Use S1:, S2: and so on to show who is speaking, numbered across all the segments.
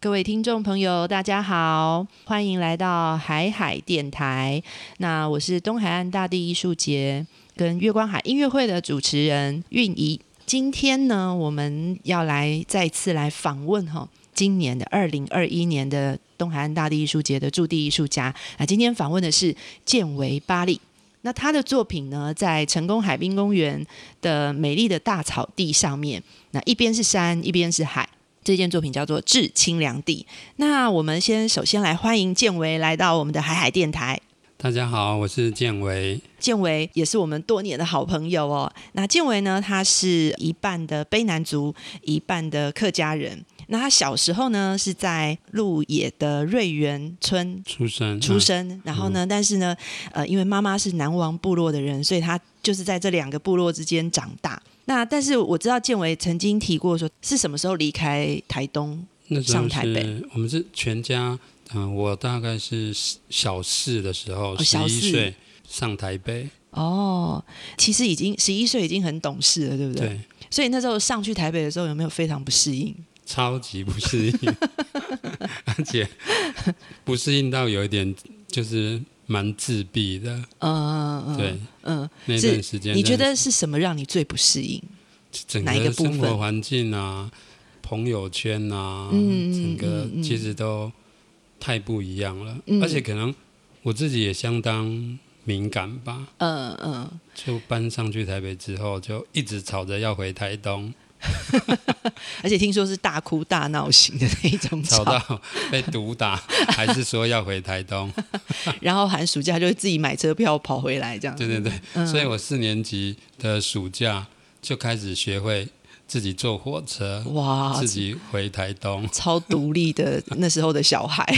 S1: 各位听众朋友，大家好，欢迎来到海海电台。那我是东海岸大地艺术节跟月光海音乐会的主持人韵怡。今天呢，我们要来再次来访问哈、今年的二零二一年的东海岸大地艺术节的驻地艺术家。那今天访问的是建维巴利。那他的作品呢，在成功海滨公园的美丽的大草地上面，那一边是山，一边是海。这件作品叫做《致清凉地》。那我们先首先来欢迎建维来到我们的海海电台。
S2: 大家好，我是建维。
S1: 建维也是我们多年的好朋友哦。那建维呢，他是一半的卑南族，一半的客家人。那他小时候呢是在鹿野的瑞园村
S2: 出生，
S1: 出生，然后呢，但是呢，呃，因为妈妈是南王部落的人，所以他就是在这两个部落之间长大。那但是我知道建维曾经提过说，是什么时候离开台东？
S2: 啊那时候
S1: 上台
S2: 是我们是全家，嗯、我大概是小四的时候，
S1: 哦
S2: 十
S1: 小
S2: 一
S1: 四
S2: 岁上台北，
S1: 哦，其实已经十一岁，已经很懂事了，对不对？
S2: 对，
S1: 所以那时候上去台北的时候，有没有非常不适应？
S2: 超级不适 应，而且不适应到有一点就是蛮自闭的，
S1: 嗯嗯，嗯
S2: 对，，
S1: 嗯，
S2: 那
S1: 是
S2: 段时间
S1: 你觉
S2: 真的
S1: 得是什么让你最不适应？
S2: 整
S1: 哪一个
S2: 个
S1: 部
S2: 生活
S1: 分
S2: 环境啊，朋友圈啊，
S1: 嗯嗯
S2: 整个
S1: 嗯嗯
S2: 其实都太不一样了，
S1: 嗯
S2: 而且可能我自己也相当敏感吧，
S1: 嗯嗯，
S2: 就搬上去台北之后，就一直吵着要回台东，
S1: 而且听说是大哭大闹型的那一种
S2: 吵
S1: 吵，
S2: 到被毒 打，还是说要回台东，
S1: 然后寒暑假就会自己买车票跑回来这样。
S2: 对对对，
S1: 嗯
S2: 所以我四年级的暑假就开始学会自己坐火车，
S1: 哇
S2: 自，己回台东。
S1: 超独立的那时候的小孩。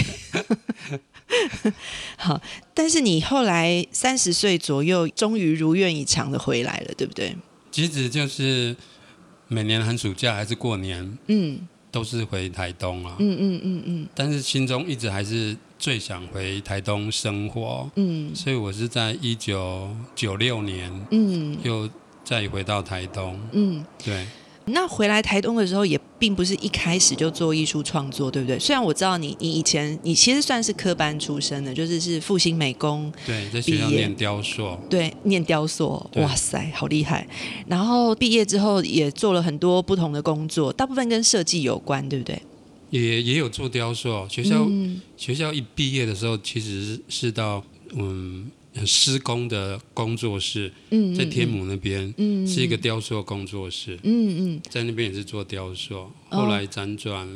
S1: 好，但是你后来三十岁左右，终于如愿以偿的回来了，对不对？
S2: 其实就是每年寒暑假还是过年，
S1: 嗯
S2: 都是回台东啊，
S1: 嗯嗯嗯嗯
S2: 但是心中一直还是最想回台东生活，
S1: 嗯
S2: 所以我是在一九九六年
S1: 嗯
S2: 又再回到台东，
S1: 嗯。
S2: 对。
S1: 那回来台东的时候，也并不是一开始就做艺术创作，对不对？虽然我知道你，你以前你其实算是科班出身的，就是是复兴美工，
S2: 对，在学校
S1: 毕业
S2: 念雕塑，
S1: 对，念雕塑，
S2: 对
S1: 哇塞，好厉害！然后毕业之后也做了很多不同的工作，大部分跟设计有关，对不对？
S2: 也也有做雕塑。哦学校、
S1: 嗯
S2: 学校一毕业的时候，其实是是到嗯施工的工作室，
S1: 嗯，
S2: 在
S1: 嗯
S2: 天母那边、
S1: 嗯
S2: 是一个雕塑工作室，
S1: 嗯嗯
S2: 在那边也是做雕塑。
S1: 哦
S2: 后来辗转，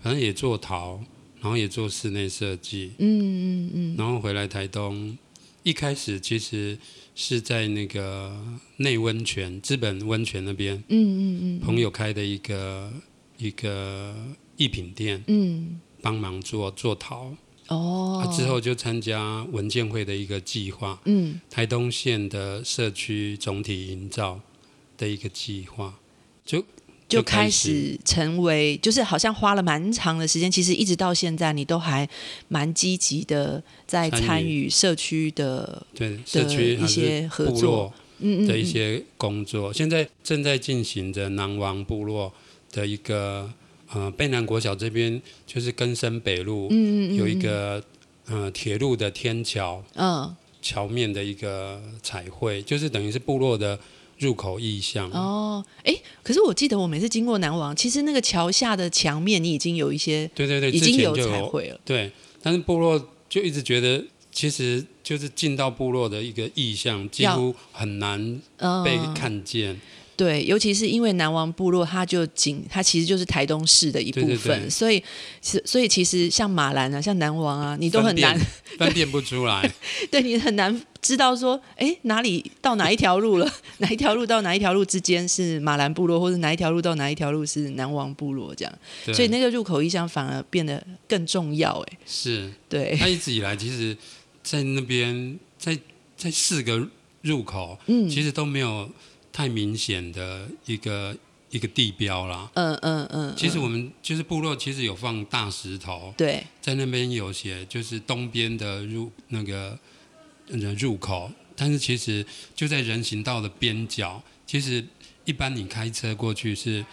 S2: 反正也做陶，然后也做室内设计，
S1: 嗯嗯嗯
S2: 然后回来台东。一开始其实是在那个内温泉，资本温泉那边，
S1: 嗯嗯嗯
S2: 朋友开的一个一个艺品店，
S1: 嗯
S2: 帮忙做做陶、啊
S1: 哦，
S2: 之后就参加文建会的一个计划，
S1: 嗯
S2: 台东县的社区总体营造的一个计划，就
S1: 就
S2: 就开
S1: 开
S2: 始
S1: 始成为，就是好像花了蛮长的时间，其实一直到现在，你都还蛮积极的在
S2: 参与
S1: 参与社区的
S2: 对社
S1: 的
S2: 区
S1: 一
S2: 还是
S1: 些合
S2: 部
S1: 作，
S2: 落
S1: 嗯嗯
S2: 的一
S1: 嗯
S2: 些工作，现在正在进行着南王部落的一个呃贝南国小这边就是根深北路、
S1: 嗯嗯嗯
S2: 有一个呃铁路的天桥，
S1: 嗯
S2: 桥面的一个彩绘，就是等于是部落的入口意象。
S1: 哦，哎，可是我记得我每次经过南王，其实那个桥下的墙面，你已经有一些
S2: 对对对，
S1: 已
S2: 之
S1: 经
S2: 前就
S1: 彩绘了，
S2: 对，但是部落就一直觉得，其实就是进到部落的一个意象，几
S1: 要
S2: 乎很难
S1: 嗯，
S2: 被看见。
S1: 对，尤其是因为南王部落，它就仅它其实就是台东市的一部
S2: 对
S1: 分，
S2: 对对
S1: 所以其所以其实像马兰啊，像南王啊，你都很难，
S2: 分辨不出来。
S1: 对你很难知道说，哎，哪里到哪一条路了， 哪一条路到哪一条路之间是马兰部落，或者哪一条路到哪一条路是南王部落这样，
S2: 对，
S1: 所以那个入口意象反而变得更重要，哎，
S2: 是
S1: 对，
S2: 他一直以来，其实，在那边，在在四个入口，
S1: 嗯，
S2: 其实都没有太明显的一个一个地标啦。
S1: 嗯嗯嗯，
S2: 其实
S1: 嗯
S2: 我们就是部落，其实有放大石头，
S1: 对，
S2: 在那边有写，就是东边的入那个呃入口，但是其实就在人行道的边角，其实一般你开车过去是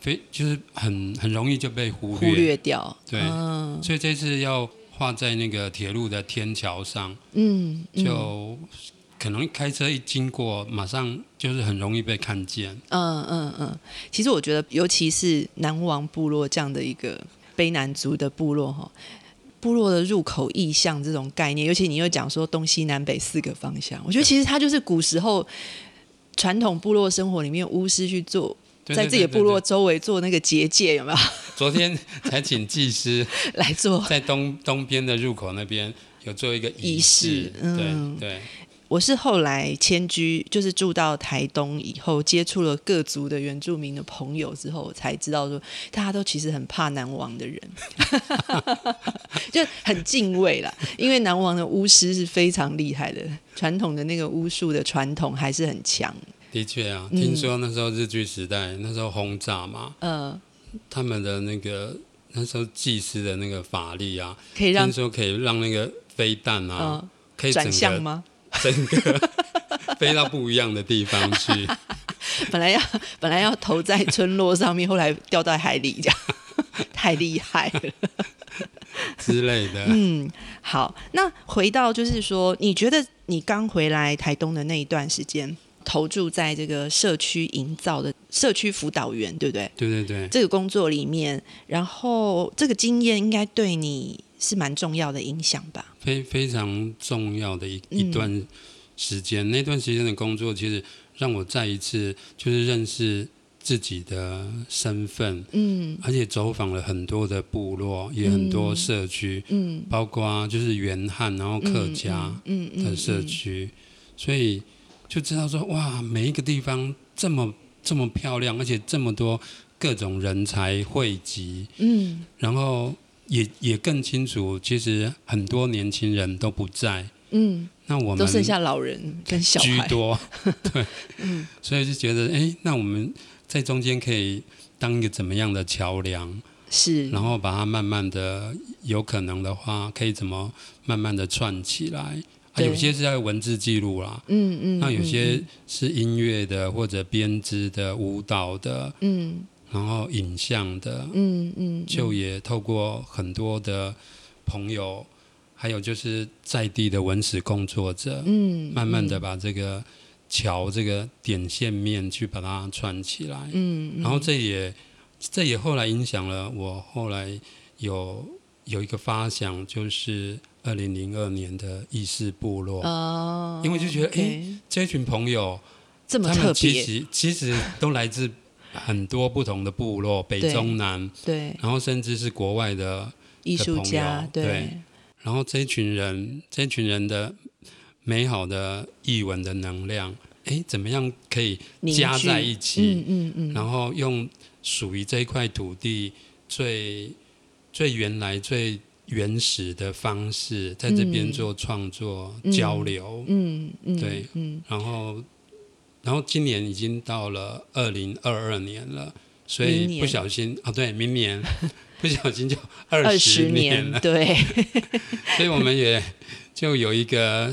S2: 非就是很很容易就被忽
S1: 忽略掉，
S2: 对
S1: 嗯
S2: 所以这次要画在那个铁路的天桥上，
S1: 嗯，嗯
S2: 就可能开车一经过，马上就是很容易被看见。
S1: 嗯嗯嗯，其实我觉得，尤其是南王部落这样的一个卑南族的部落哈，部落的入口意象这种概念，尤其你又讲说东西南北四个方向，我觉得其实它就是古时候传统部落生活里面巫师去做。
S2: 对
S1: 在
S2: 对
S1: 自己的
S2: 对对
S1: 部落
S2: 对
S1: 周围做那个结界，有没 有
S2: 昨天才请技师
S1: 来做
S2: 在东东边的入口那边有做一个
S1: 仪式
S2: 式，
S1: 嗯
S2: 对对，
S1: 我是后来迁居，就是住到台东以后，接触了各族的原住民的朋友之后，我才知道说，大家都其实很怕南王的人， 就很敬畏啦。因为南王的巫师是非常厉害的，传统的那个巫术的传统还是很强。
S2: 的确啊，
S1: 嗯
S2: 听说那时候日据时代，那时候轰炸嘛，
S1: 呃，
S2: 他们的那个那时候技师的那个法力啊，
S1: 可以让
S2: 听说可以让那个飞弹啊，
S1: 呃
S2: 可以整
S1: 转向
S2: 个
S1: 吗？
S2: 整个 飞到不一样的地方去。
S1: 本来要本来要投在村落上面，后来掉到海里，这样太厉害了。
S2: 之类的。
S1: 嗯，好，那回到就是说，你觉得你刚回来台东的那一段时间，投注在这个社区营造的社区辅导员，对不对？
S2: 对对对，
S1: 这个工作里面，然后这个经验应该对你是蛮重要的影响吧？
S2: 非非常重要的一
S1: 嗯
S2: 一段时间，那段时间的工作，其实让我再一次就是认识自己的身份，
S1: 嗯
S2: 而且走访了很多的部落，也很多社区，
S1: 嗯，
S2: 包括就是原汉，然后客家
S1: 嗯嗯
S2: 的社区，所以就知道说，哇，每一个地方这么这么漂亮，而且这么多各种人才汇集，
S1: 嗯
S2: 然后也也更清楚，其实很多年轻人都不在，
S1: 嗯，
S2: 那我们
S1: 都剩下老人跟小
S2: 居
S1: 孩， 嗯
S2: 多，对，所以就觉得，哎，那我们在中间可以当一个怎么样的桥梁，
S1: 是嗯
S2: 然后把它慢慢的，有可能的话，可以怎么慢慢的串起来。啊，
S1: 对
S2: 有些是在文字记录啦，
S1: 嗯嗯，
S2: 那有些
S1: 嗯
S2: 是音乐的或者编织的、舞蹈的，
S1: 嗯
S2: 然后影像的，
S1: 嗯嗯，嗯
S2: 就也透过很多的朋友，还有就是在地的文史工作者，
S1: 嗯
S2: 慢慢的
S1: 嗯
S2: 把这个桥这个点线面去把它串起来，
S1: 嗯，嗯
S2: 然后这也这也后来影响了我后来有有一个发想，就是二零零二年的意识部落，
S1: 哦，
S2: 因为就觉得
S1: OK
S2: 这群朋友
S1: 这么
S2: 他
S1: 特
S2: 们其
S1: 别，
S2: 实其实都来自很多不同的部落，北
S1: 对
S2: 中南，
S1: 对，
S2: 然后甚至是国外的。
S1: 艺
S2: 的
S1: 术
S2: 朋
S1: 家
S2: 友，
S1: 对
S2: 对，然后这一群人，这一群人的美好的译文的能量，哎，怎么样可以
S1: 凝
S2: 加
S1: 聚
S2: 在一起，
S1: 嗯嗯嗯，
S2: 然后用属于这一块土地最最原来最原始的方式，在这边
S1: 嗯
S2: 做创作、
S1: 嗯
S2: 交流，
S1: 嗯嗯，
S2: 对，
S1: 嗯
S2: 然后然后今年已经到了二零二二年了，所
S1: 明
S2: 以
S1: 年
S2: 不小心啊，对，明年不小心就
S1: 二
S2: 二
S1: 十
S2: 十年了。
S1: 对，
S2: 所以我们也就有一个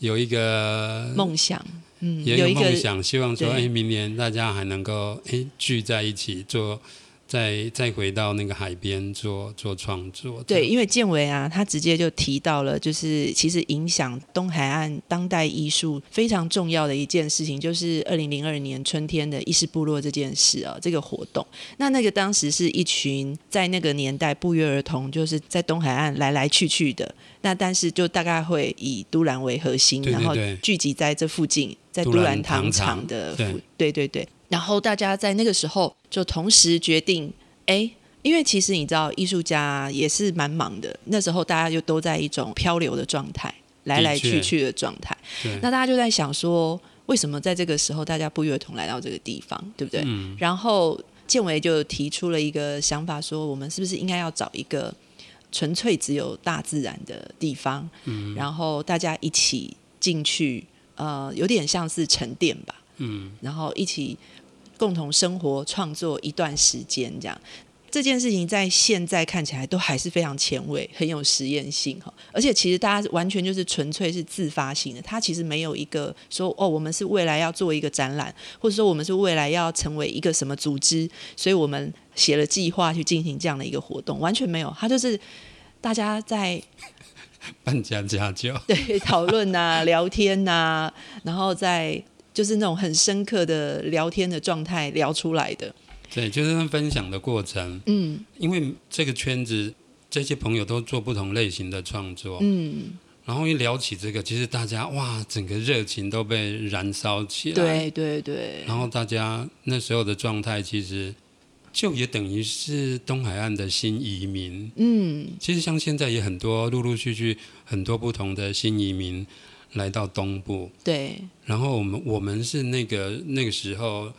S2: 有一个
S1: 梦想，嗯，
S2: 也有
S1: 一
S2: 一个梦
S1: 个
S2: 想，希望说，
S1: 对
S2: 哎，明年大家还能够哎聚在一起做，再再回到那个海边做做创作。
S1: 对，，因为建伟啊，他直接就提到了，就是其实影响东海岸当代艺术非常重要的一件事情，就是二零零二年春天的意识部落这件事啊，这个活动。那那个当时是一群在那个年代不约而同，就是在东海岸来来去去的，那但是就大概会以都兰为核心，
S2: 对对
S1: 然后
S2: 对
S1: 聚集在这附近，在
S2: 都
S1: 都
S2: 兰
S1: 兰糖
S2: 糖厂
S1: 厂的
S2: 对
S1: 附，对对对。然后大家在那个时候就同时决定，哎，因为其实你知道，艺术家也是蛮忙的。那时候大家就都在一种漂流的状态，来来去去的状态。
S2: 对
S1: 那大家就在想说，为什么在这个时候大家不约而同来到这个地方，对不对？
S2: 嗯，
S1: 然后建伟就提出了一个想法，说我们是不是应该要找一个纯粹只有大自然的地方，
S2: 嗯
S1: 然后大家一起进去，呃，有点像是沉淀吧，嗯，然后一起共同生活、创作一段时间这样。这件事情在现在看起来都还是非常前卫，很有实验性哈。而且其实大家完全就是纯粹是自发性的，它其实没有一个说哦，我们是未来要做一个展览，或者说我们是未来要成为一个什么组织，所以我们写了计划去进行这样的一个活动，完全没有。它就是大家在
S2: 办家家酒，
S1: 对讨论呐、聊天呐、然后在就是那种很深刻的聊天的状态聊出来的。
S2: 对，就是分享的过程。
S1: 嗯
S2: 因为这个圈子，这些朋友都做不同类型的创作，
S1: 嗯，
S2: 然后一聊起这个，其实大家哇，整个热情都被燃烧起来。，
S1: 对对对，
S2: 然后大家那时候的状态，其实就也等于是东海岸的新移民。
S1: 嗯
S2: 其实像现在也很多陆陆续续很多不同的新移民来到东部，
S1: 对，
S2: 然后我们我们是那个那个时候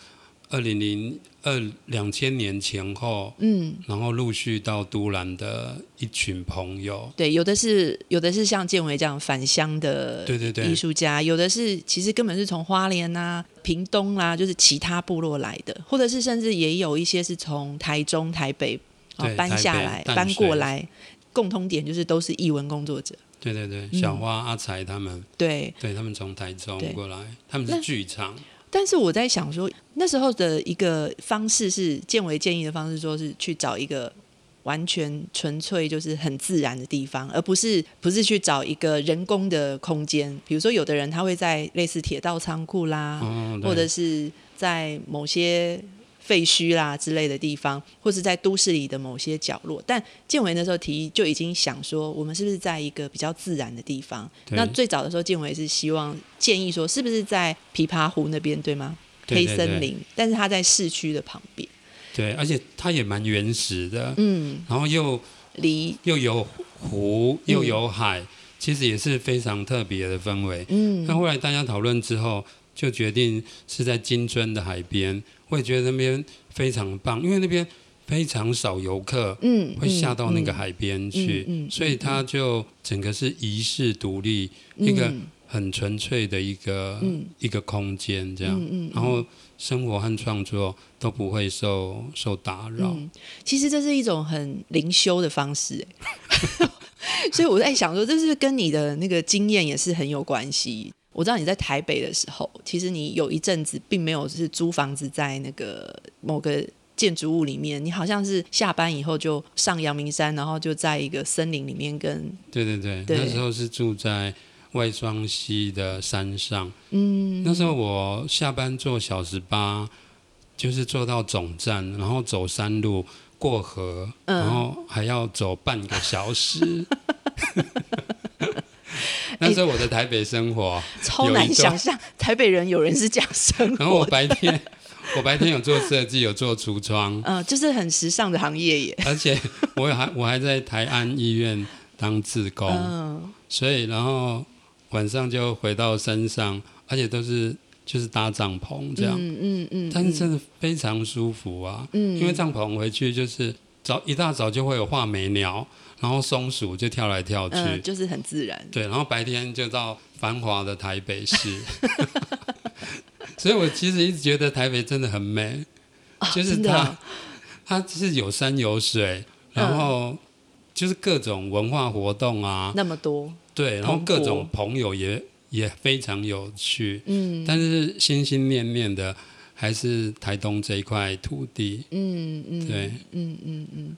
S2: 二零零二两千年前后，
S1: 嗯。
S2: 然后陆续到都兰的一群朋友，
S1: 对，有的是有的是像建伟这样返乡的
S2: 对对
S1: 艺
S2: 对，
S1: 术家，有的是其实根本是从花莲呐、屏东啦、就是其他部落来的，或者是甚至也有一些是从台中、台北啊、
S2: 对
S1: 搬
S2: 台
S1: 下
S2: 北
S1: 来、
S2: 淡
S1: 搬过
S2: 水
S1: 来，共通点就是都是艺文工作者。
S2: 对对对，
S1: 嗯
S2: 小花、阿才他们，
S1: 对，
S2: 对他们从台中
S1: 对
S2: 过来，他们
S1: 那
S2: 是剧场，
S1: 但是我在想说，那时候的一个方式是建伟建议的方式，说是去找一个完全纯粹就是很自然的地方，而不是不是去找一个人工的空间。比如说，有的人他会在类似铁道仓库啦，
S2: 哦，对
S1: 啊或者是在某些废墟啦之类的地方，或是在都市里的某些角落。但建伟那时候提议就已经想说，我们是不是在一个比较自然的地方？
S2: 对
S1: 那最早的时候，建伟是希望建议说，是不是在琵琶湖那边对吗？
S2: 对
S1: 黑
S2: 对
S1: 森
S2: 对
S1: 林，但是它在市区的旁边，
S2: 对，而且它也蛮原始的，
S1: 嗯，
S2: 然后又
S1: 离
S2: 又有湖又有海，其实也是非常特别的氛围。
S1: 嗯
S2: 那后来大家讨论之后，就决定是在金樽的海边，我也觉得那边非常棒，因为那边非常少游客
S1: 嗯
S2: 会下到那个
S1: 嗯
S2: 海边去，
S1: 嗯嗯嗯
S2: 所以它就整个是遗世独立，
S1: 嗯
S2: 一个很纯粹的一个、
S1: 嗯
S2: 一个空间这样。
S1: 嗯嗯，
S2: 然后生活和创作都不会受受打扰。
S1: 嗯，其实这是一种很灵修的方式，哎所以我在想说，这是不是跟你的那个经验也是很有关系。我知道你在台北的时候，其实你有一阵子并没有是租房子在那个某个建筑物里面，你好像是下班以后就上阳明山，然后就在一个森林里面跟
S2: 对对对，
S1: 对
S2: 那时候是住在外双溪的山上。
S1: 嗯
S2: 那时候我下班坐小时八，就是坐到总站，然后走山路过河，
S1: 嗯
S2: 然后还要走半个 小时。那时候我的台北生活，
S1: 超
S2: 有一
S1: 难
S2: 段
S1: 想象台北人有人是这样生
S2: 然后我
S1: 活的，
S2: 白天我白天有做设计，有做橱窗，
S1: 嗯、就是很时尚的行业耶，
S2: 而且我还我还在台安医院当志工。
S1: 嗯
S2: 所以然后晚上就回到山上，而且都是就是搭帐篷这样，
S1: 嗯嗯嗯，
S2: 但是
S1: 嗯
S2: 真的非常舒服啊，
S1: 嗯
S2: 因为帐篷回去就是早一大早就会有画眉鸟，然后松鼠就跳来跳去，
S1: 嗯、就是很自然，
S2: 对，然后白天就到繁华的台北市， 所以我其实一直觉得台北真的很美，就是
S1: 哦真的
S2: 它它是有山有水，然
S1: 嗯
S2: 后就是各种文化活动啊，
S1: 那么多，
S2: 对，然后
S1: 蓬勃
S2: 各种朋友也也非常有趣，
S1: 嗯
S2: 但是心心念念的还是台东这一块土地。
S1: 嗯嗯，
S2: 对，
S1: 嗯嗯嗯。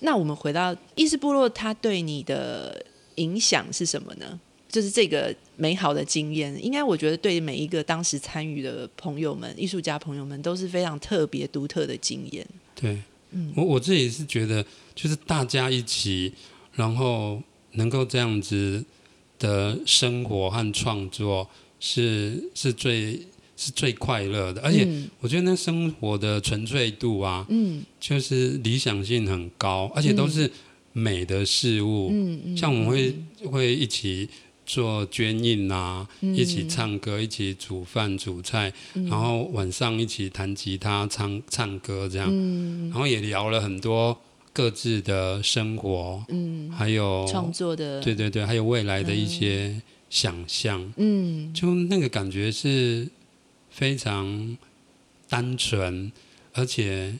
S1: 那我们回到伊斯部落，它对你的影响是什么呢？就是这个美好的经验，应该我觉得对每一个当时参与的朋友们、艺术家朋友们都是非常特别独特的经验。
S2: 对，
S1: 嗯
S2: 我我自己是觉得，就是大家一起，然后能够这样子的生活和创作是是最是最快乐的，而且
S1: 嗯
S2: 我觉得那生活的纯粹度啊，
S1: 嗯
S2: 就是理想性很高，而且都是美的事物。
S1: 嗯嗯，
S2: 像我们会会一起做捐印啊，
S1: 嗯
S2: 一起唱歌，一起煮饭煮菜，然后晚上一起弹吉他、唱唱歌这样，
S1: 嗯
S2: 然后也聊了很多各自的生活，
S1: 嗯
S2: 还有
S1: 创作的，
S2: 对对对，还有未来的一些想象，
S1: 嗯
S2: 就那个感觉是非常单纯，而且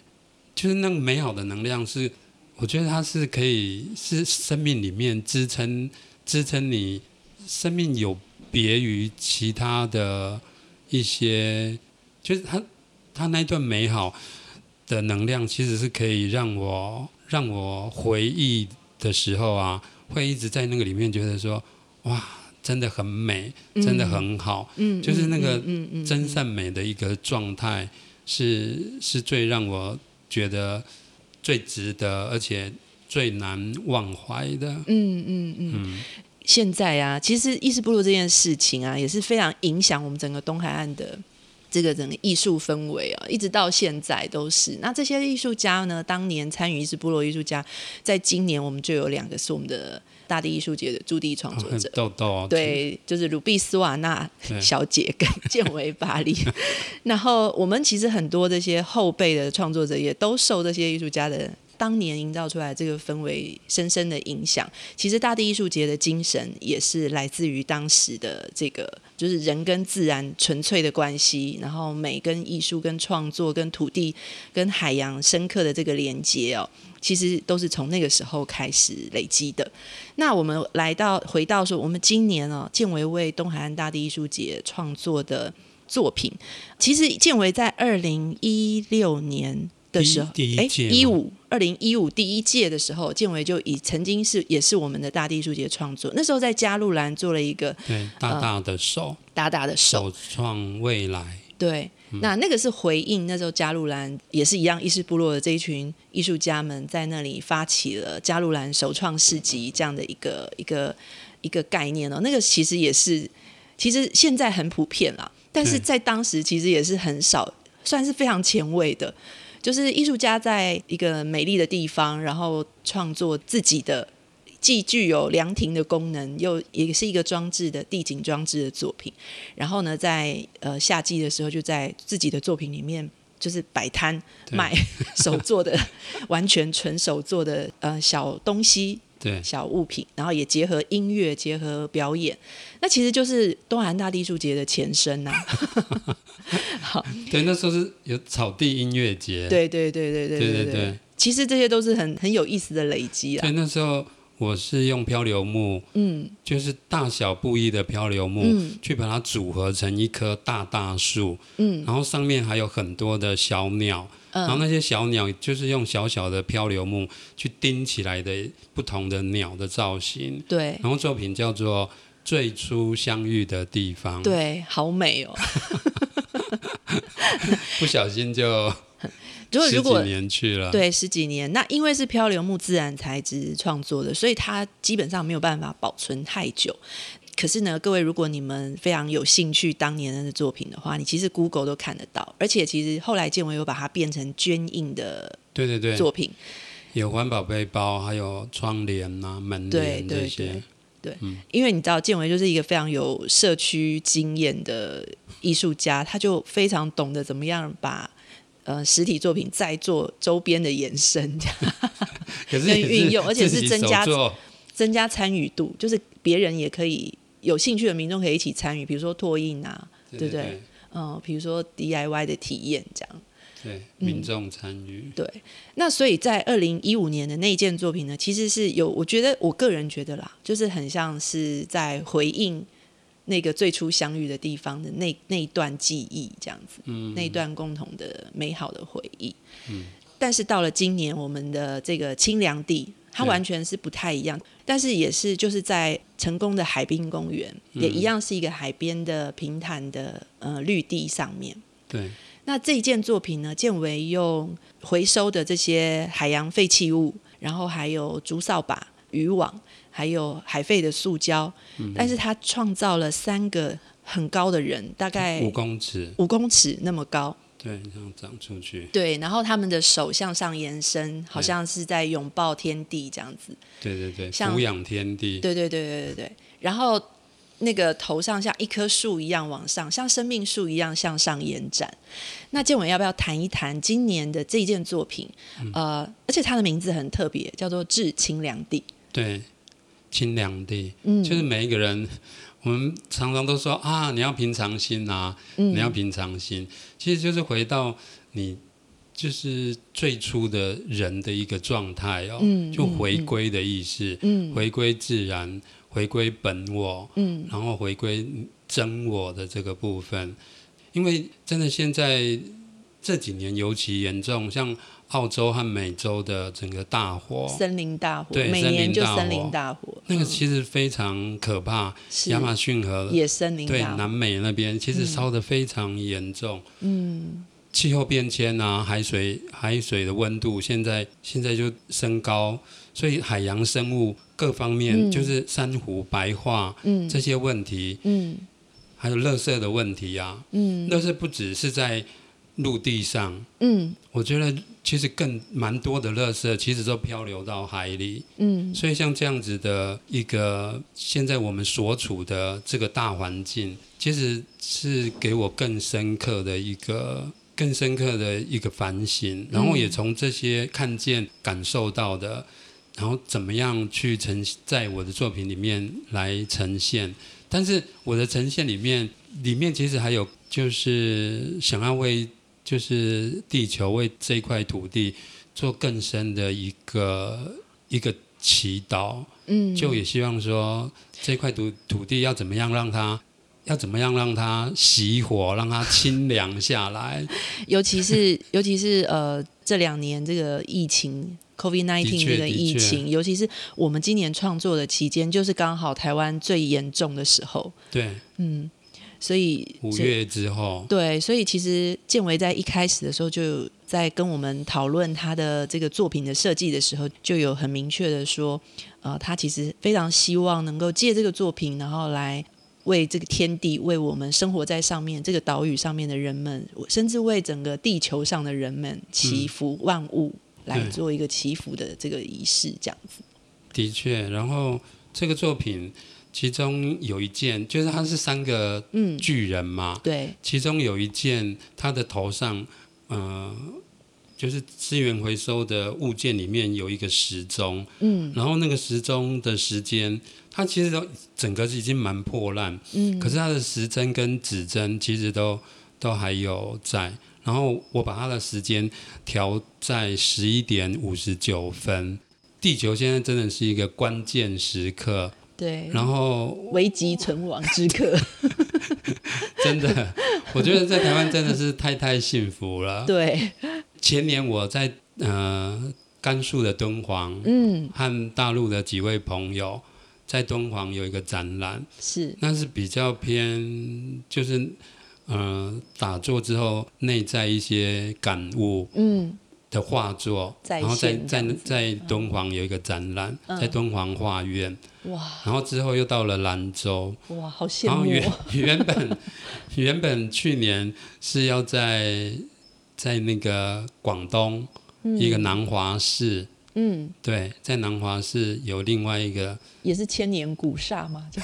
S2: 就是那个美好的能量是，我觉得它是可以是生命里面支撑支撑你生命有别于其他的一些，就是它它那一段美好的能量其实是可以让我让我回忆的时候啊，会一直在那个里面觉得说哇。真的很美，真的很好，
S1: 嗯，
S2: 就是那个
S1: 嗯嗯
S2: 真善美的一个状态是是最让我觉得最值得，而且最难忘怀的。
S1: 嗯嗯嗯。现在啊，其实意识部落这件事情啊，也是非常影响我们整个东海岸的这个整个艺术氛围啊，一直到现在都是。那这些艺术家呢，当年参与意识部落艺术家，在今年我们就有两个是我们的大地艺术节的驻地创作者。
S2: 豆豆，
S1: 对，就是鲁比斯瓦纳
S2: 哦对
S1: 小姐跟建维巴利，然后我们其实很多这些后辈的创作者也都受这些艺术家的当年营造出来这个氛围深深的影响。其实大地艺术节的精神也是来自于当时的这个，就是人跟自然纯粹的关系，然后美跟艺术、跟创作、跟土地、跟海洋深刻的这个连接哦，其实都是从那个时候开始累积的。那我们来到回到说，我们今年哦，建维为东海岸大地艺术节创作的作品，其实建维在二零一六年。的时候，
S2: 第一
S1: 诶
S2: 届
S1: 一
S2: 吗
S1: 五二零一五第一届的时候，建维就以曾经是也是我们的大地艺术节创作，那时候在嘉路兰做了一个
S2: 对，大大的手，
S1: 大大的手，
S2: 首创未来。
S1: 对，那那个是回应那时候加路兰也是一样，意识部落的这一群艺术家们在那里发起了加路兰首创市集这样的一个一个一个概念哦。那个其实也是，其实现在很普遍啦，但是
S2: 对
S1: 在当时其实也是很少，算是非常前卫的。就是艺术家在一个美丽的地方，然后创作自己的既具有凉亭的功能，又也是一个装置的地景装置的作品。然后呢，在呃夏季的时候，就在自己的作品里面就是摆摊
S2: 对
S1: 卖 手做的， 完全纯手做的呃小东西、
S2: 对，
S1: 小物品，然后也结合音乐、结合表演，那其实就是东海岸大地艺术节的前身呐、啊
S2: 对，那时候是有草地音乐节。
S1: 对对对对对
S2: 对
S1: 对
S2: 对对
S1: 其实这些都是很很有意思的累积啊
S2: 对，。那时候我是用漂流木，
S1: 嗯
S2: 就是大小不一的漂流木，
S1: 嗯
S2: 去把它组合成一棵大大树，
S1: 嗯
S2: 然后上面还有很多的小鸟，然后
S1: 嗯
S2: 那些小鸟就是用小小的漂流木去钉起来的不同的鸟的造型，
S1: 对
S2: 然后作品叫做《最初相遇的地方》，，
S1: 对，好美 哦。
S2: 不小心就
S1: 如果
S2: 十
S1: 如
S2: 几
S1: 果
S2: 年去了，
S1: 对，十几年。那因为是漂流木自然材质创作的，所以它基本上没有办法保存太久。可是呢，各位，如果你们非常有兴趣当年的作品的话，你其实 Google 都看得到，而且其实后来建文有把它变成捐印的
S2: 对对对，
S1: 作品，
S2: 有环保背包，还有窗帘啊、门
S1: 对
S2: 帘
S1: 对
S2: 这
S1: 对
S2: 些，
S1: 对，因为你知道建文就是一个非常有社区经验的艺术家，他就非常懂得怎么样把呃实体作品再做周边的延伸，这样
S2: 可是
S1: 跟
S2: 也
S1: 运用而且
S2: 自
S1: 是
S2: 己
S1: 增
S2: 手
S1: 加
S2: 做
S1: 增加参与度，就是别人也可以有兴趣的民众可以一起参与，比如说拓印啊，
S2: 对
S1: 对不对
S2: 对
S1: 嗯，比如说 DIY 的体验这样。嗯
S2: 对，民众参与，
S1: 对，那所以在二零一五年的那一件作品呢，其实是有，我觉得我个人觉得啦，就是很像是在回应那个最初相遇的地方的那那一段记忆这样子，嗯，那一段共同的美好的回忆。嗯，但是到了今年，我们的这个清凉地。它
S2: 对
S1: 完全是不太一样，但是也是就是在成功的海滨公园，也一样是一个海边的平坦的呃绿地上面。
S2: 对
S1: 那这一件作品呢，建维用回收的这些海洋废弃物，然后还有竹扫把、渔网，还有海废的塑胶，
S2: 嗯
S1: 但是它创造了三个很高的人，大概
S2: 五公尺，
S1: 五公尺那么高。
S2: 对，这样长出去，
S1: 对，然后他们的手向上延伸，好像是在拥抱天地这样子。
S2: 对对对，
S1: 像
S2: 俯仰天地，
S1: 对对对对对对。然后那个头上像一棵树一样往上，像生命树一样向上延展。那建文要不要谈一谈今年的这一件作品？
S2: 嗯
S1: 呃，而且它的名字很特别，叫做《致清凉地》。
S2: 对，清凉地，
S1: 嗯
S2: 就是每一个人，我们常常都说啊，
S1: 嗯
S2: 你要平常心啊，你要平常心，其实就是回到你就是最初的人的一个状态哦，
S1: 嗯
S2: 就回归的意思，
S1: 嗯
S2: 回归自然，回归本我，
S1: 嗯
S2: 然后回归真我的这个部分。因为真的现在这几年尤其严重，像澳洲和美洲的整个大火，
S1: 嗯森林大火，
S2: 对
S1: 每
S2: 森林
S1: 年就
S2: 大火
S1: 森林大火，
S2: 那个
S1: 嗯
S2: 其实非常可怕。
S1: 是嗯
S2: 亚马逊河
S1: 野森林
S2: 对
S1: 大火，
S2: 南美那边其
S1: 嗯
S2: 实烧得非常严重。嗯，气候变迁啊，海水海水的温度现在现在就升高，所以海洋生物各方面、
S1: 嗯
S2: 就是珊瑚白化
S1: 嗯
S2: 这些问题，
S1: 嗯
S2: 还有垃圾的问题啊。
S1: 嗯
S2: 垃圾不只是在陆地上，
S1: 嗯
S2: 我觉得其实更蛮多的垃圾其实都漂流到海里。
S1: 嗯
S2: 所以像这样子的一个现在我们所处的这个大环境，其实是给我更深刻的一个。更深刻的一个反省，然后也从这些看见、感受到的，然后怎么样去呈在我的作品里面来呈现。但是我的呈现里面，里面其实还有就是想要为就是地球为这块土地做更深的一个一个祈祷，
S1: 嗯，
S2: 就也希望说这块土土地要怎么样让它。要怎么样让它熄火，让它清凉下 来？
S1: 尤其是 尤其是呃这两年这个疫情。COVID
S2: 的
S1: nineteen
S2: 确
S1: 这个疫情，尤其是我们今年创作的期间，就是刚好台湾最严重的时候，
S2: 对，
S1: 嗯，所以
S2: 五
S1: 所以
S2: 月之后，
S1: 对，所以其实建维在一开始的时候就在跟我们讨论他的这个作品的设计的时候，就有很明确的说，呃，他其实非常希望能够借这个作品，然后来为这个天地，为我们生活在上面这个岛屿上面的人们，甚至为整个地球上的人们祈福万物，来
S2: 嗯对
S1: 做一个祈福的这个仪式，这样子。
S2: 的确，然后这个作品其中有一件，就是它是三个
S1: 嗯，
S2: 巨人嘛，
S1: 对，
S2: 其中有一件，它的头上，呃，就是资源回收的物件里面有一个时钟，
S1: 嗯
S2: 然后那个时钟的时间，它其实都整个是已经蛮破烂，
S1: 嗯，
S2: 可是它的时针跟指针其实都都还有在。然后我把它的时间调在十一点五十九分。地球现在真的是一个关键时刻，
S1: 对，
S2: 然后
S1: 危急存亡之刻，
S2: 真的， 我觉得在台湾真的是太太幸福了。
S1: 对，
S2: 前年我在呃甘肃的敦煌
S1: 嗯，
S2: 和大陆的几位朋友在敦煌有一个展览，
S1: 是，
S2: 那是比较偏就是呃打坐之后内在一些感悟
S1: 嗯。
S2: 的画作，
S1: 在
S2: 然后在
S1: 线这
S2: 在
S1: 样子
S2: 在敦煌有一个展览，
S1: 嗯
S2: 在敦煌画院，
S1: 哇
S2: 然后之后又到了兰州，
S1: 哇，好羡
S2: 然后
S1: 慕
S2: 原
S1: 哦！
S2: 原 本原本去年是要在在那个广东一个南华市，
S1: 嗯，
S2: 对，在南华市有另外一个，
S1: 也是千年古刹嘛，就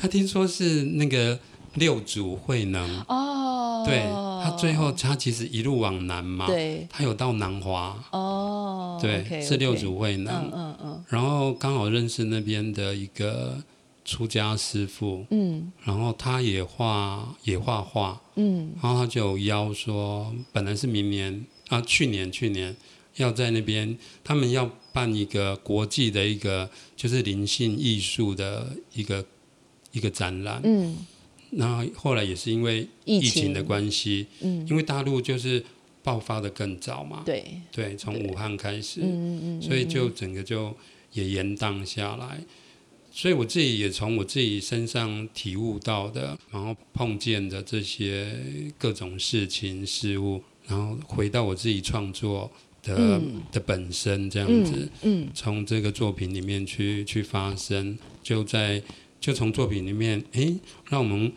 S2: 他听说是那个六祖慧能，
S1: 哦，
S2: 对他最后他其实一路往南嘛，
S1: 对
S2: 他有到南华，
S1: 哦，
S2: 对
S1: OK，
S2: 是六
S1: OK
S2: 祖慧能，
S1: 嗯嗯嗯
S2: 然后刚好认识那边的一个出家师傅，
S1: 嗯
S2: 然后他也画也画画，
S1: 嗯
S2: 然后他就有邀说，本来是明年啊，去年去年要在那边，他们要办一个国际的一个就是灵性艺术的一个一个展览。
S1: 嗯，
S2: 然后后来也是因为
S1: 疫
S2: 疫情的关系，
S1: 嗯，
S2: 因为大陆就是爆发的更早嘛，
S1: 对，
S2: 对，从武汉开始，
S1: 嗯嗯嗯，
S2: 所以就整个就也延宕下来。所以我自己也从我自己身上体悟到的，然后碰见的这些各种事情事物，然后回到我自己创作的、
S1: 嗯
S2: 的本身这样子。
S1: 嗯嗯
S2: 从这个作品里面去去发生，就在就从作品里面，诶，让我们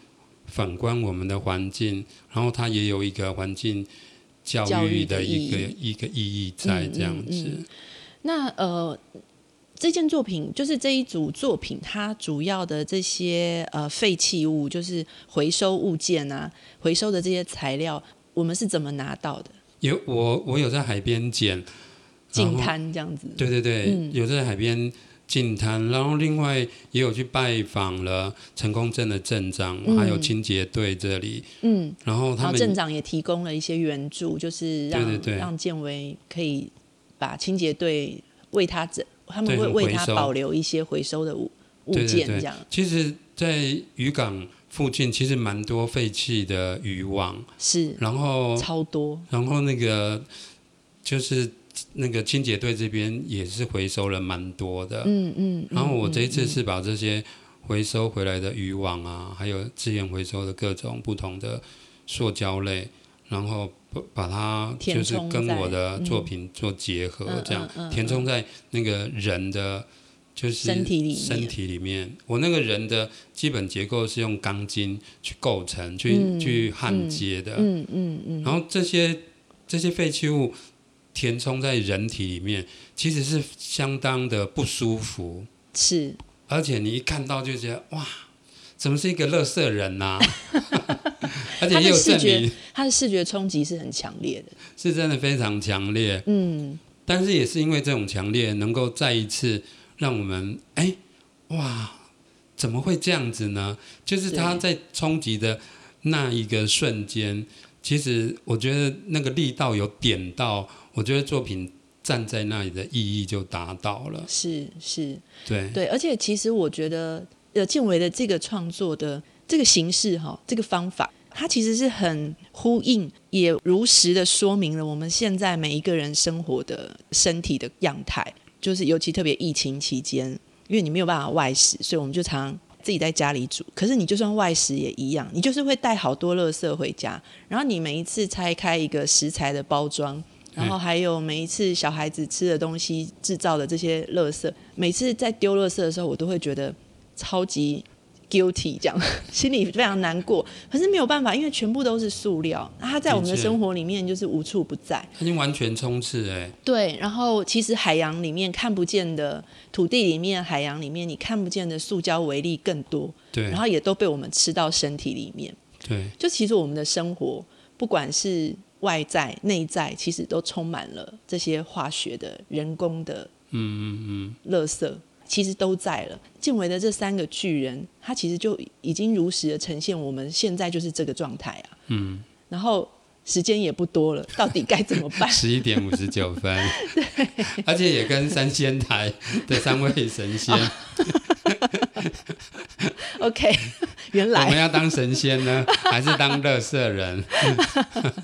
S2: 反观我们的环境，然后它也有一个环境教
S1: 教育
S2: 育
S1: 的
S2: 的一个
S1: 意
S2: 一个意义在
S1: 嗯
S2: 这样
S1: 嗯
S2: 子。
S1: 嗯那呃，这件作品就是这一组作品，它主要的这些呃废弃物，就是回收物件啊，回收的这些材料，我们是怎么拿到的？
S2: 有我我有在海边捡，
S1: 净
S2: 后
S1: 滩这样子，
S2: 对对对，
S1: 嗯
S2: 有在海边净滩，然后另外也有去拜访了成功镇的镇长，
S1: 嗯
S2: 还有清洁队这里，
S1: 嗯，
S2: 然后
S1: 然
S2: 他
S1: 后
S2: 们
S1: 镇长也提供了一些援助，就是让
S2: 对对对
S1: 让建维可以把清洁队为他整，他们
S2: 对
S1: 会
S2: 很
S1: 为
S2: 回
S1: 他
S2: 收
S1: 保留一些回收的物物
S2: 对对
S1: 件，
S2: 对
S1: 这样
S2: 其实，在渔港附近其实蛮多废弃的渔网，
S1: 是
S2: 然后
S1: 超多，
S2: 然后那个就是那个清洁队这边也是回收了蛮多的，
S1: 嗯嗯。
S2: 然后我这一次
S1: 嗯
S2: 是把这些回收回来的渔网啊，还有资源回收的各种不同的塑胶类，然后把把它
S1: 填
S2: 就是
S1: 充
S2: 跟
S1: 在
S2: 我的
S1: 嗯
S2: 作品做结合
S1: 嗯，
S2: 这样
S1: 嗯嗯
S2: 填充在那个人的。就是
S1: 身体里面
S2: 身体里面，我那个人的基本结构是用钢筋去构成、去、
S1: 嗯
S2: 去焊接的。
S1: 嗯嗯嗯
S2: 然后这些这些废弃物填充在人体里面，其实是相当的不舒服。
S1: 是
S2: 而且你一看到就觉得哇，怎么是一个乐色人 呐、而且
S1: 他
S2: 也
S1: 的
S2: 有
S1: 视
S2: 证
S1: 觉
S2: 明，
S1: 他的视觉冲击是很强烈的，
S2: 是真的非常强烈。
S1: 嗯，
S2: 但是也是因为这种强烈，能够再一次让我们哎哇，怎么会这样子呢？就是他在冲击的那一个瞬间，其实我觉得那个力道有点到，我觉得作品站在那里的意义就达到了。
S1: 是是，
S2: 对，
S1: 对，而且其实我觉得，呃，建伟的这个创作的这个形式哈、这个方法，它其实是很呼应，也如实的说明了我们现在每一个人生活的身体的样态，就是尤其特别疫情期间，因为你没有办法外食，所以我们就常。自己在家里煮，可是你就算外食也一样，你就是会带好多垃圾回家。然后你每一次拆开一个食材的包装，
S2: 嗯
S1: 然后还有每一次小孩子吃的东西制造的这些垃圾，每次在丢垃圾的时候，我都会觉得超级 guilty，这样 心里非常难过。可是没有办法，因为全部都是塑料，那它在我们的
S2: 的确
S1: 生活里面就是无处不在。
S2: 他已经完全冲刺哎、
S1: 对，然后其实海洋里面看不见的土地里面，海洋里面你看不见的塑胶微粒更多，
S2: 对
S1: 然后也都被我们吃到身体里面。
S2: 对。？
S1: 就其实我们的生活，不管是外在、内在，其实都充满了这些化学的、人工的，嗯嗯嗯，垃圾，其实都在了。敬伟的这三个巨人，他其实就已经如实的呈现我们现在就是这个状态啊。嗯，然后时间也不多了，到底该怎么办
S2: 十一点五十九分，而且也跟三仙台的三位神仙，
S1: OK，原
S2: 我们
S1: 来
S2: 要当神仙呢，还是当乐色人？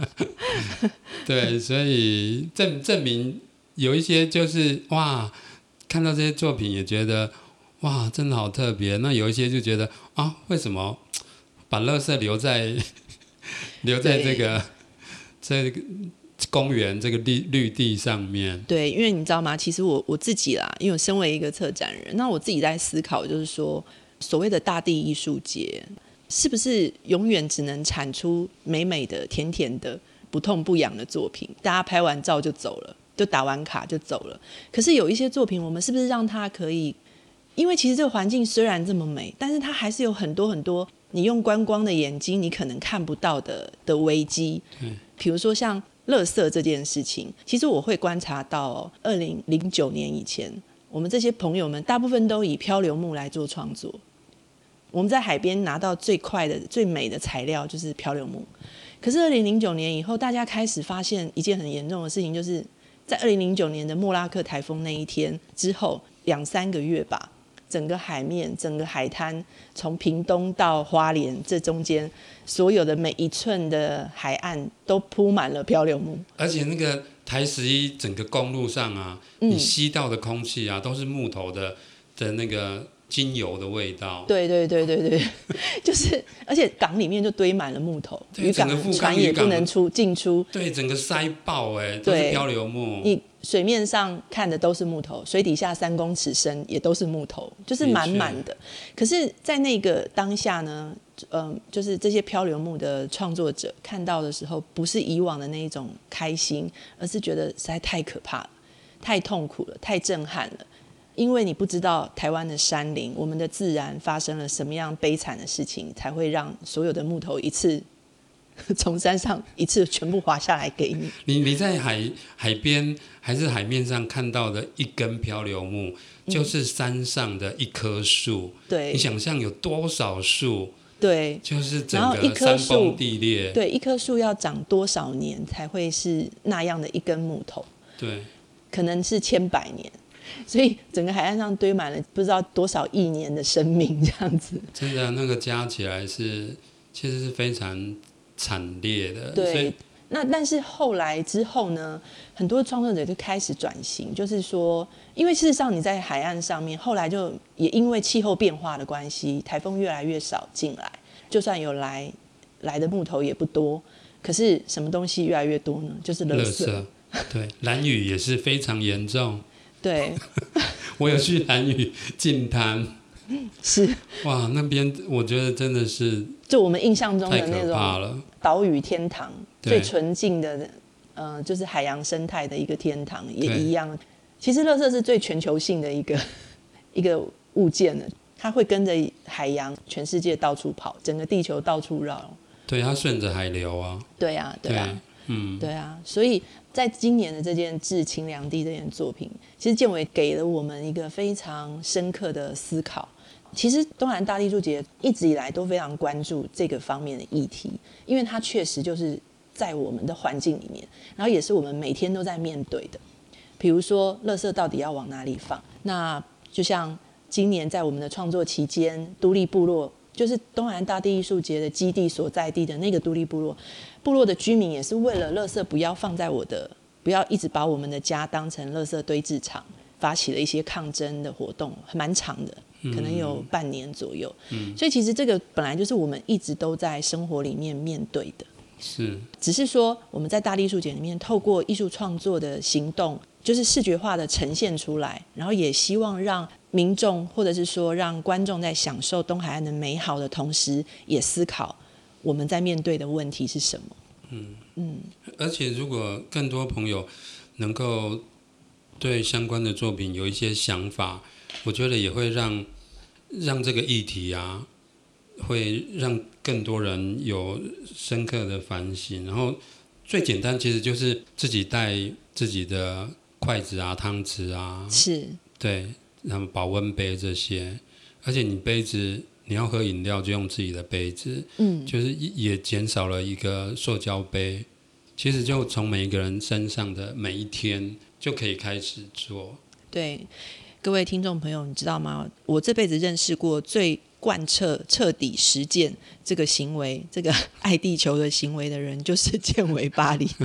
S2: 对，所以证证明有一些就是哇，看到这些作品也觉得哇，真的好特别。那有一些就觉得啊，为什么把乐色留在 留在这个这个公园这个绿绿地上面？
S1: 对，因为你知道吗？其实我我自己啦，因为我身为一个策展人，那我自己在思考，就是说，所谓的大地艺术节，是不是永远只能产出美美的、甜甜的、不痛不痒的作品？大家拍完照就走了，就打完卡就走了。可是有一些作品，我们是不是让它可以？因为其实这个环境虽然这么美，但是它还是有很多很多你用观光的眼睛你可能看不到的的危机。比如说像垃圾这件事情，其实我会观察到、哦，二零零九年以前，我们这些朋友们大部分都以漂流木来做创作。我们在海边拿到最快的、最美的材料就是漂流木。可是二零零九年以后，大家开始发现一件很严重的事情，就是在二零零九年的莫拉克台风那一天之后两三个月吧，整个海面、整个海滩，从屏东到花莲这中间，所有的每一寸的海岸都铺满了漂流木。
S2: 而且那个台十一整个公路上啊，
S1: 嗯
S2: 你吸到的空气啊，都是木头的的那个精油的味道。
S1: 对对对对对， 就是而且港里面就堆满了木头，
S2: 对
S1: 渔
S2: 整
S1: 港
S2: 个富
S1: 船
S2: 冈渔
S1: 也不
S2: 港
S1: 能出进出，
S2: 对，整个塞爆哎、都是
S1: 对
S2: 漂流木。
S1: 你水面上看的都是木头，水底下三公尺深也都是木头，就是满满的。可是，在那个当下呢，嗯、就是这些漂流木的创作者看到的时候，不是以往的那一种开心，而是觉得实在太可怕了，太痛苦了，太震撼了。因为你不知道台湾的山林，我们的自然发生了什么样悲惨的事情，才会让所有的木头一次从山上一次全部滑下来给你。
S2: 你你在海海边还是海面上看到的一根漂流木，就是山上的一棵树。
S1: 嗯对
S2: 你想象有多少树，
S1: 对，
S2: 就是整
S1: 然后一
S2: 个
S1: 棵
S2: 山
S1: 树
S2: 崩地裂。
S1: 对，一棵树要长多少年才会是那样的一根木头？
S2: 对，
S1: 可能是千百年，所以整个海岸上堆满了不知道多少亿年的生命，这样 子。
S2: 真的那个加起来是其实是非常惨烈的。所以
S1: 对，那但是后来之后呢，很多创作者就开始转型，就是说，因为事实上你在海岸上面，后来就也因为气候变化的关系，台风越来越少进来，就算有来来的木头也不多。可是什么东西越来越多呢？就是垃
S2: 垃
S1: 圾。
S2: 圾，对，蓝雨也是非常严重。
S1: 对，
S2: 我有去蓝雨进滩，
S1: 是
S2: 哇，那边我觉得真的是
S1: 就我们印象中
S2: 太
S1: 的那
S2: 可
S1: 种
S2: 怕了。
S1: 岛屿天堂，
S2: 对
S1: 最纯净的，呃，就是海洋生态的一个天堂，也
S2: 对
S1: 一样。其实，垃圾是最全球性的一个 一个物件了，它会跟着海洋，全世界到处跑，整个地球到处绕。
S2: 对，它顺着海流啊，
S1: 对啊，对
S2: 对
S1: 啊，，
S2: 嗯，
S1: 对啊。所以在今年的这件《致清凉地》这件作品，其实建伟给了我们一个非常深刻的思考。其实东南大地柱节一直以来都非常关注这个方面的议题，因为它确实就是在我们的环境里面，然后也是我们每天都在面对的。比如说，垃圾到底要往哪里放？那就像今年在我们的创作期间，独立部落就是东南大地艺术节的基地所在地的那个独立部落，部落的居民也是为了垃圾不要放在我的，不要一直把我们的家当成垃圾堆置场，发起了一些抗争的活动，蛮长的，可能有半年左右。所以其实这个本来就是我们一直都在生活里面面对的。
S2: 是
S1: 只是说我们在大地艺术节里面，透过艺术创作的行动，就是视觉化的呈现出来，然后也希望让民众或者是说让观众在享受东海岸的美好的同时，也思考我们在面对的问题是什么。
S2: 而且如果更多朋友能够对相关的作品有一些想法，我觉得也会让让这个议题啊，会让更多人有深刻的反省。然后最简单其实就是自己带自己的筷子啊、汤匙啊，
S1: 是
S2: 对，然后保温杯这些，而且你杯子。你要喝饮料就用自己的杯子，
S1: 嗯，
S2: 就是也减少了一个塑胶杯。其实就从每一个人身上的每一天就可以开始做，
S1: 对，各位听众朋友，你知道吗？我这辈子认识过最贯彻、彻底实践这个行为、这个 爱地球的行为的人，就是建伟巴黎。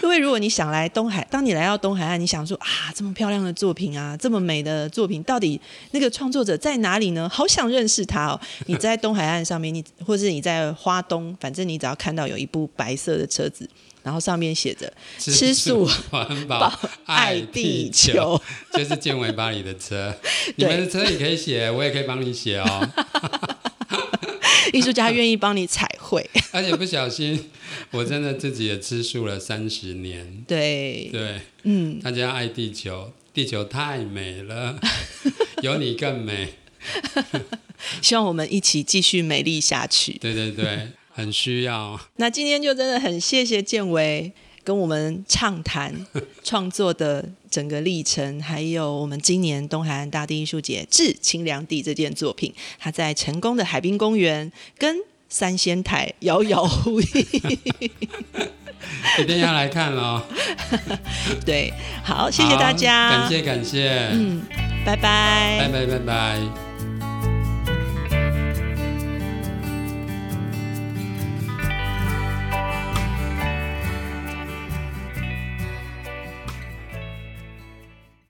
S1: 各位，如果你想来东海，当你来到东海岸，你想说啊，这么漂亮的作品啊，这么美的作品，到底那个创作者在哪里呢？好想认识他哦！你在东海岸上面，你或是你在花东，反正你只要看到有一部白色的车子，然后上面写着吃素
S2: 环
S1: “保
S2: 保
S1: 爱地球”。。
S2: 就是健维巴黎的车，你
S1: 对
S2: 们的车也可以写，我也可以帮你写哦。
S1: 艺术家愿意帮你彩绘，
S2: 而且不小心，我真的自己也吃素了三十年。
S1: 对，
S2: 对，嗯，大家爱地球，地球太美了， 有你更美。
S1: 希望我们一起继续美丽下去。
S2: 对对对，很需要。
S1: 那今天就真的很谢谢建维跟我们畅谈创作的整个历程，还有我们今年东海岸大地艺术节致清凉地这件作品，它在成功的海滨公园跟三仙台遥遥呼应。
S2: 一定要来看哦！
S1: 对，好，谢谢大
S2: 好
S1: 家，嗯
S2: 感，谢感谢，
S1: 拜拜
S2: 拜拜拜拜。